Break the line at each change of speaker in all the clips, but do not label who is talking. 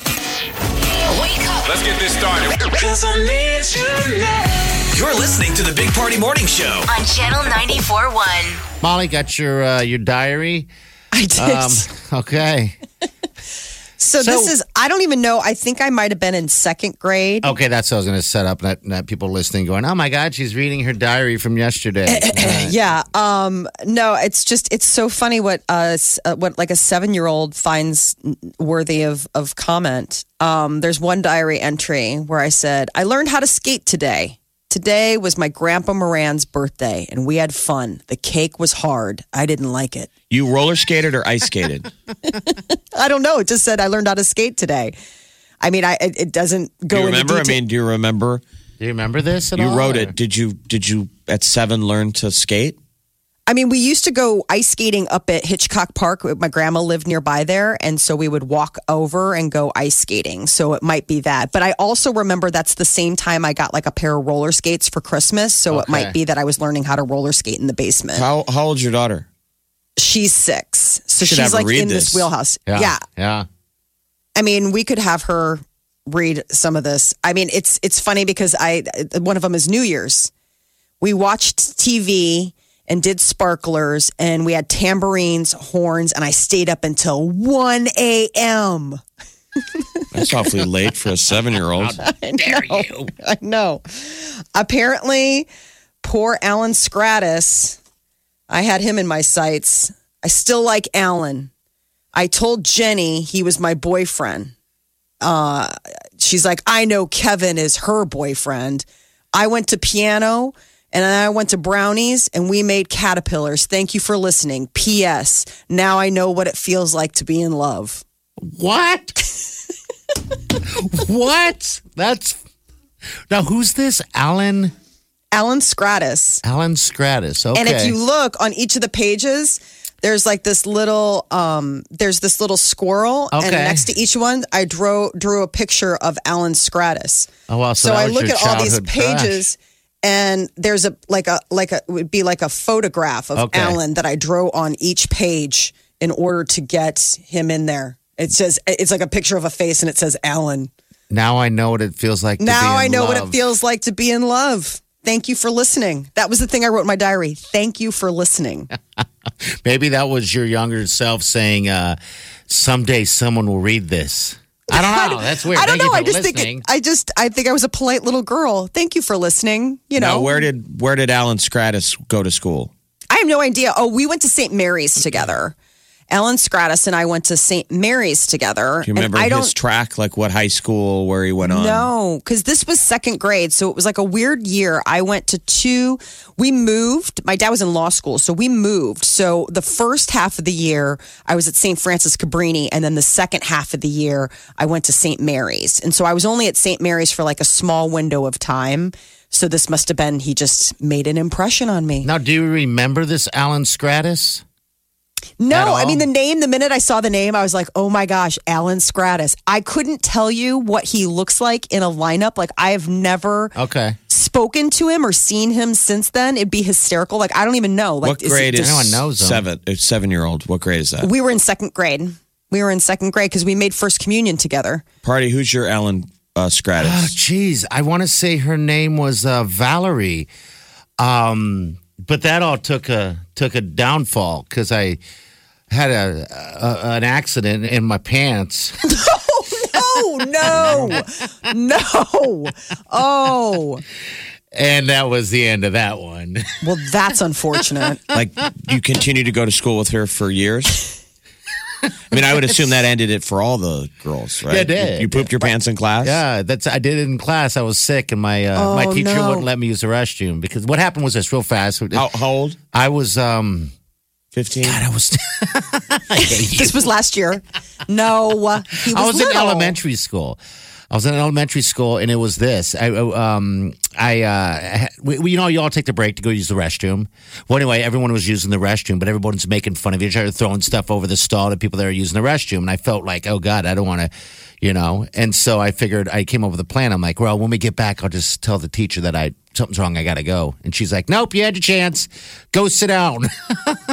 Wake up.
Let's get this started.
You're listening to the Big Party Morning Show.
On Channel 94.1.
Molly, got your uh, your diary?
I did.
Um,
okay.
so, this
so-
is, I don't even know. I think I might have been in second grade.
Okay, that's what I was going to set up. That, that people listening going, oh my God, she's reading her diary from yesterday. Uh,
Yeah. Um, no, it's just, it's so funny what, uh, s- uh, what like a seven year old finds worthy of, of comment. Um, there's one diary entry where I said, I learned how to skate today. Today was my grandpa Moran's birthday and we had fun. The cake was hard. I didn't like it.
You roller skated or ice skated?
I don't know. It just said I learned how to skate today. I mean, I it, it doesn't
do
go
you
into
remember? I
detail.
mean, do you remember?
do you remember this at
You
all?
wrote
or-
it. Did you did you at seven learn to skate?
I mean, we used to go ice skating up at Hitchcock Park. My grandma lived nearby there, and so we would walk over and go ice skating. So it might be that. But I also remember that's the same time I got like a pair of roller skates for Christmas. So it
Okay.
might be that I was learning how to roller skate in the basement.
How how old's your daughter?
She's six, so
Should
she's
have her
like
read
in this,
this.
wheelhouse.
Yeah.
yeah,
Yeah.
I mean, we could have her read some of this. I mean, it's it's funny because I one of them is New Year's. We watched TV and did sparklers, and we had tambourines, horns, and I stayed up until one a.m.
That's awfully late for a seven year old.
Dare you.
I know. Apparently, poor Alan Stratus. I had him in my sights. I still like Alan. I told Jenny he was my boyfriend. Uh, she's like, I know Kevin is her boyfriend. I went to piano and I went to brownies and we made caterpillars. Thank you for listening. P.S. Now I know what it feels like to be in love.
What? what? That's. Now, who's this? Alan
Alan Stratus.
Alan Stratus. Okay.
And if you look on each of the pages, there's like this little um there's this little squirrel and
Okay.
next to each one I drew drew a picture of Alan Stratus.
Oh, wow, so
So,
that
I
was
look
your
at all these
childhood crush.
pages and there's a like a like a it would be like a photograph of
Okay.
Alan that I drew on each page in order to get him in there. It says it's like a picture of a face and it says Alan.
now I know what it feels like. to
Now
be
I
in
know what
love.
it feels like to be in love. Thank you for listening. That was the thing I wrote in my diary. Thank you for listening.
Maybe that was your younger self saying, uh, "Someday someone will read this." I don't know. That's weird.
I don't
Thank you
know. I
for
just
listening.
think it, I just I think I was a polite little girl. Thank you for listening. You know,
Now, where did where did Alan Stratus go to school?
I have no idea. Oh, we went to St. Mary's together. Ellen Stratus and I went to St. Mary's together.
Do you remember
and I don't
his track? Like what high school? Where he went on?
no, because this was second grade, so it was like a weird year. I went to two. We moved. My dad was in law school, so we moved. So the first half of the year, I was at St. Francis Cabrini, and then the second half of the year, I went to St. Mary's. And so I was only at St. Mary's for like a small window of time. So this must have been he just made an impression on me.
now, do you remember this Alan Stratus? at
No,
all?
I mean the name. The minute I saw the name, I was like, "Oh my gosh, Alan Stratus!" I couldn't tell you what he looks like in a lineup. Like I have never
Okay.
spoken to him or seen him since then, it'd be hysterical. Like I don't even know. Like
What grade is
No one knows him.
seven? Seven year old. What grade is that?
we were in second grade. We were in second grade because we made first communion together.
Party. Who's your Alan uh,
Oh,
Stratus?
jeez. I want to say her name was uh, Valerie, um, but that all took a took a downfall because I had a, a an accident in my pants.
Oh no, no! Oh,
And that was the end of that one.
well, that's unfortunate.
like you continue to go to school with her for years? I mean, I would assume that ended it for all the girls, right?
Yeah, it did.
You, you pooped your pants in class.
Yeah, that's I did it in class. I was sick, and my uh, my
Oh,
teacher
no.
Oh.
wouldn't let me use the restroom because what happened was this real fast.
How, how old?
I was um
15?
God, I was
This was last year. No, he was
I was in
little.
elementary school. I was in elementary school, and it was this. I, um, I, uh, we, we- you know, you all take the break to go use the restroom. Well, anyway, everyone was using the restroom, but everyone's making fun of each other, throwing stuff over the stall to people that are using the restroom. And I felt like, oh God, I don't want to, you know. And so I figured, I came up with a plan. I'm like, well, when we get back, I'll just tell the teacher that I something's wrong. I gotta go. And she's like, nope, you had your chance. Go sit down.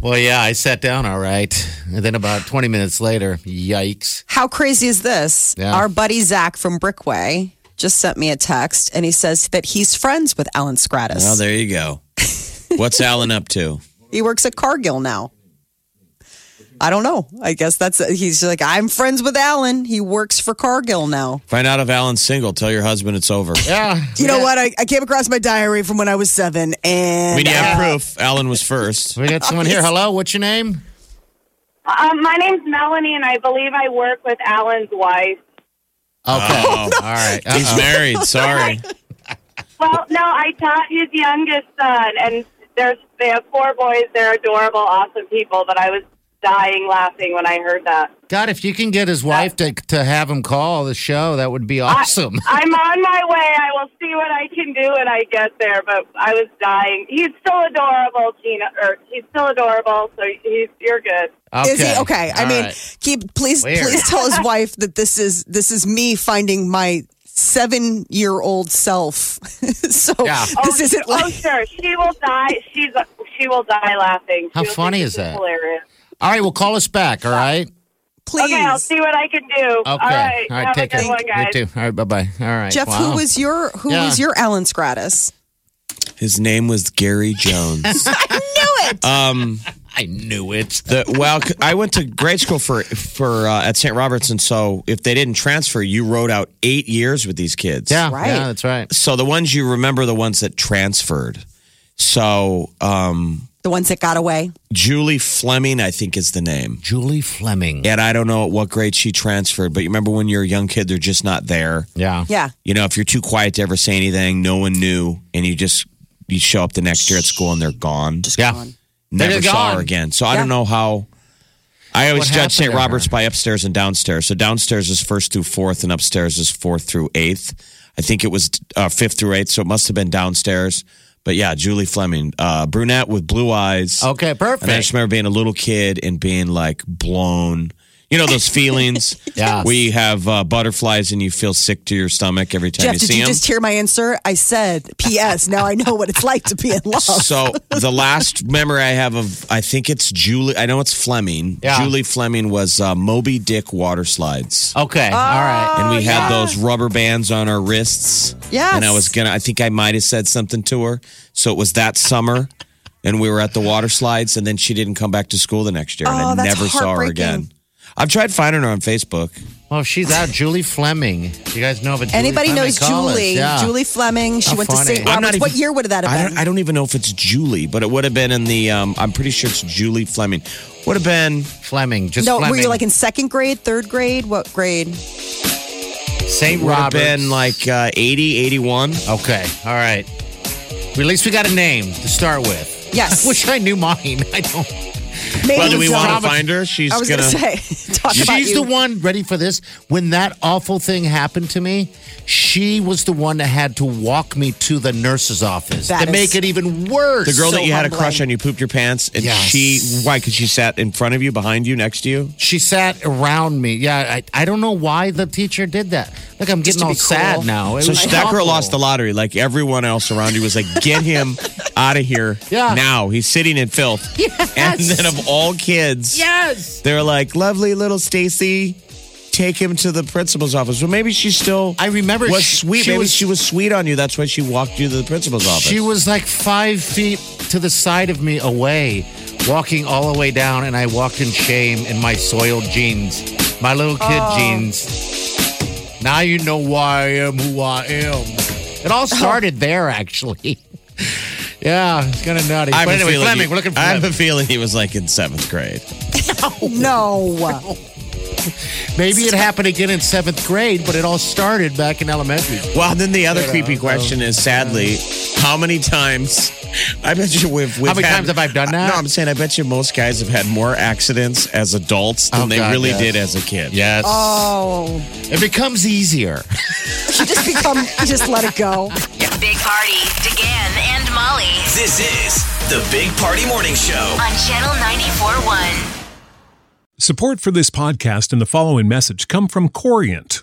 well, yeah, I sat down. All right. And then about 20 minutes later, yikes.
How crazy is this?
Yeah.
Our buddy Zach from Brickway just sent me a text and he says that he's friends with Alan Scratus.
Oh, there you go. What's Alan up to?
he works at Cargill now. I don't know. I guess that's he's like I'm friends with Alan. He works for Cargill now.
Find out if Alan's single. Tell your husband it's over.
Yeah.
You know what? I, I came across my diary from when I was seven, and
I mean, you have proof. Alan was first.
We got someone here. Hello, what's your name?
Um, my name's Melanie, and I believe I work with Alan's wife.
Okay.
Oh,
All right.
He's
Uh-oh.
married. Sorry.
Well, no, I taught his youngest son, and there's they have four boys. They're adorable, awesome people. But I was dying laughing when I heard that.
God, if you can get his wife to, to have him call the show, that would be awesome.
I'm on my way. I will see what I can do when I get there. But I was dying. He's still adorable, Gina. Or he's still adorable. So he's you're good.
Okay.
Is he okay? I
All
mean,
right.
keep please
Weird.
please tell his wife that this is this is me finding my seven year old self. so
Yeah.
this
oh,
isn't
oh,
like
sure. She will die. She's she will die laughing.
How
She will
funny
think
is
this
that?
Hilarious.
All right. Well, call us back. All right.
please.
Okay, I'll see what I can do. All right,
All right.
have
Take
a
care.
good one, guys.
You too. All right. Bye bye. All right.
Jeff,
Wow.
who was your who
Yeah.
was your Alan Scratus?
His name was Gary Jones. Um,
I knew it.
The, well, c- I went to grade school for for uh, at St. Robert's, and so if they didn't transfer, you rode out eight years with these kids.
Yeah.
Right.
Yeah, that's right.
So the ones you remember, the ones that transferred. So um,
The ones that got away.
Julie Fleming, I think, is the name,
Julie Fleming.
and I don't know at what grade she transferred, but you remember when you're a young kid, they're just not there.
Yeah.
Yeah.
You know, if you're too quiet to ever say anything, no one knew, and you just you show up the next year at school and they're gone.
Yeah.
Gone.
Never
They're
saw her
gone.
again. So I
Yeah.
don't know how. I always
What
judge
happened
St.
to
Robert's
her?
by upstairs and downstairs. So downstairs is first through fourth, and upstairs is fourth through eighth. I think it was uh, fifth through eighth, so it must have been downstairs. But yeah, Julie Fleming, uh, brunette with blue eyes.
Okay.
And I just
Perfect.
remember being a little kid and being like blown. You know those feelings.
Yeah.
We have uh, butterflies, and you feel sick to your stomach every time
Jeff,
you
did
see
you
them.
just hear my answer? I said, P.S. Now I know what it's like to be in love.
So
Oh.
the last memory I have of, I think it's Julie. I know it's Fleming.
Yeah.
Julie Fleming was uh, Moby Dick water slides,
Okay. All right.
and
Oh.
we had those rubber bands on our wrists.
Yes.
And I was gonna. I think I might have said something to her. So it was that summer, and we were at the water slides, and then she didn't come back to school the next year,
Oh,
and I
that's
never saw her
heartbreaking.
again. I've tried finding her on Facebook.
Well, if she's out, Julie Fleming. You guys know of a Julie
Anybody
Fleming?
knows
Call us.
Julie.
Yeah.
Julie Fleming. She
How
went
funny.
to St.
I'm
Robert's.
not
What
even-
year would that have
I
been?
don't, I don't even know if it's Julie, but it would have been in the. Um, I'm pretty sure it's Julie Fleming. Would have been.
Fleming. Just
no,
Fleming.
were you like in second grade, third grade? What grade?
St.
Would have
Robert's?
been like uh, 80, 81.
Okay. All right. Well, at least we got a name to start with.
Yes.
I wish I knew mine. I don't.
Maybe
Well, do we
it's
want
not.
to find her? She's
I was
gonna.
going to say, talk about
She's
you.
the one ready for this. When that awful thing happened to me, she was the one that had to walk me to the nurse's office
That
to
is-
make it even worse.
the girl
so
that you had a
humbling.
crush on, you pooped your pants, and
Yes.
she why? Because she sat in front of you, behind you, next to you.
she sat around me. Yeah, I, I don't know why the teacher did that. Look, I'm
Just
getting
to
all
be
sad
cool.
now. It
so
was
she, that girl
awful.
lost the lottery. Like everyone else around you was like, "Get him out of here
Yeah.
now! He's sitting in filth."
Yes.
And then of all kids,
Yes.
they're like, "Lovely little Stacy." Take him to the principal's office. Well, maybe she still.
I remember
was
she-
sweet.
she
maybe
was-
she was sweet on you. That's why she walked you to the principal's office.
She was like five feet to the side of me away, walking all the way down, and I walked in shame in my soiled jeans, my little kid jeans. Now you know why I am who I am. It all started there, actually. yeah, it's kind of nutty.
I have
but
a
anyway,
feeling
Fleming,
he-
we're looking for
I have
Fleming.
a feeling he was like in seventh grade.
No.
Maybe it happened again in seventh grade, but it all started back in elementary. uh,
Well, then the other creepy question is sadly, how many times I bet you we've, we've
How many
had-
times have I done that?
No, I'm saying I bet you most guys have had more accidents as adults than
Oh,
they
God,
really
yes.
did as a kid.
Yes.
Oh,
It becomes easier.
you just become, you just let it go.
Big Party, DeGan and Molly
This is the Big Party Morning Show.
on Channel 94.1.
Support for this podcast and the following message come from Corient.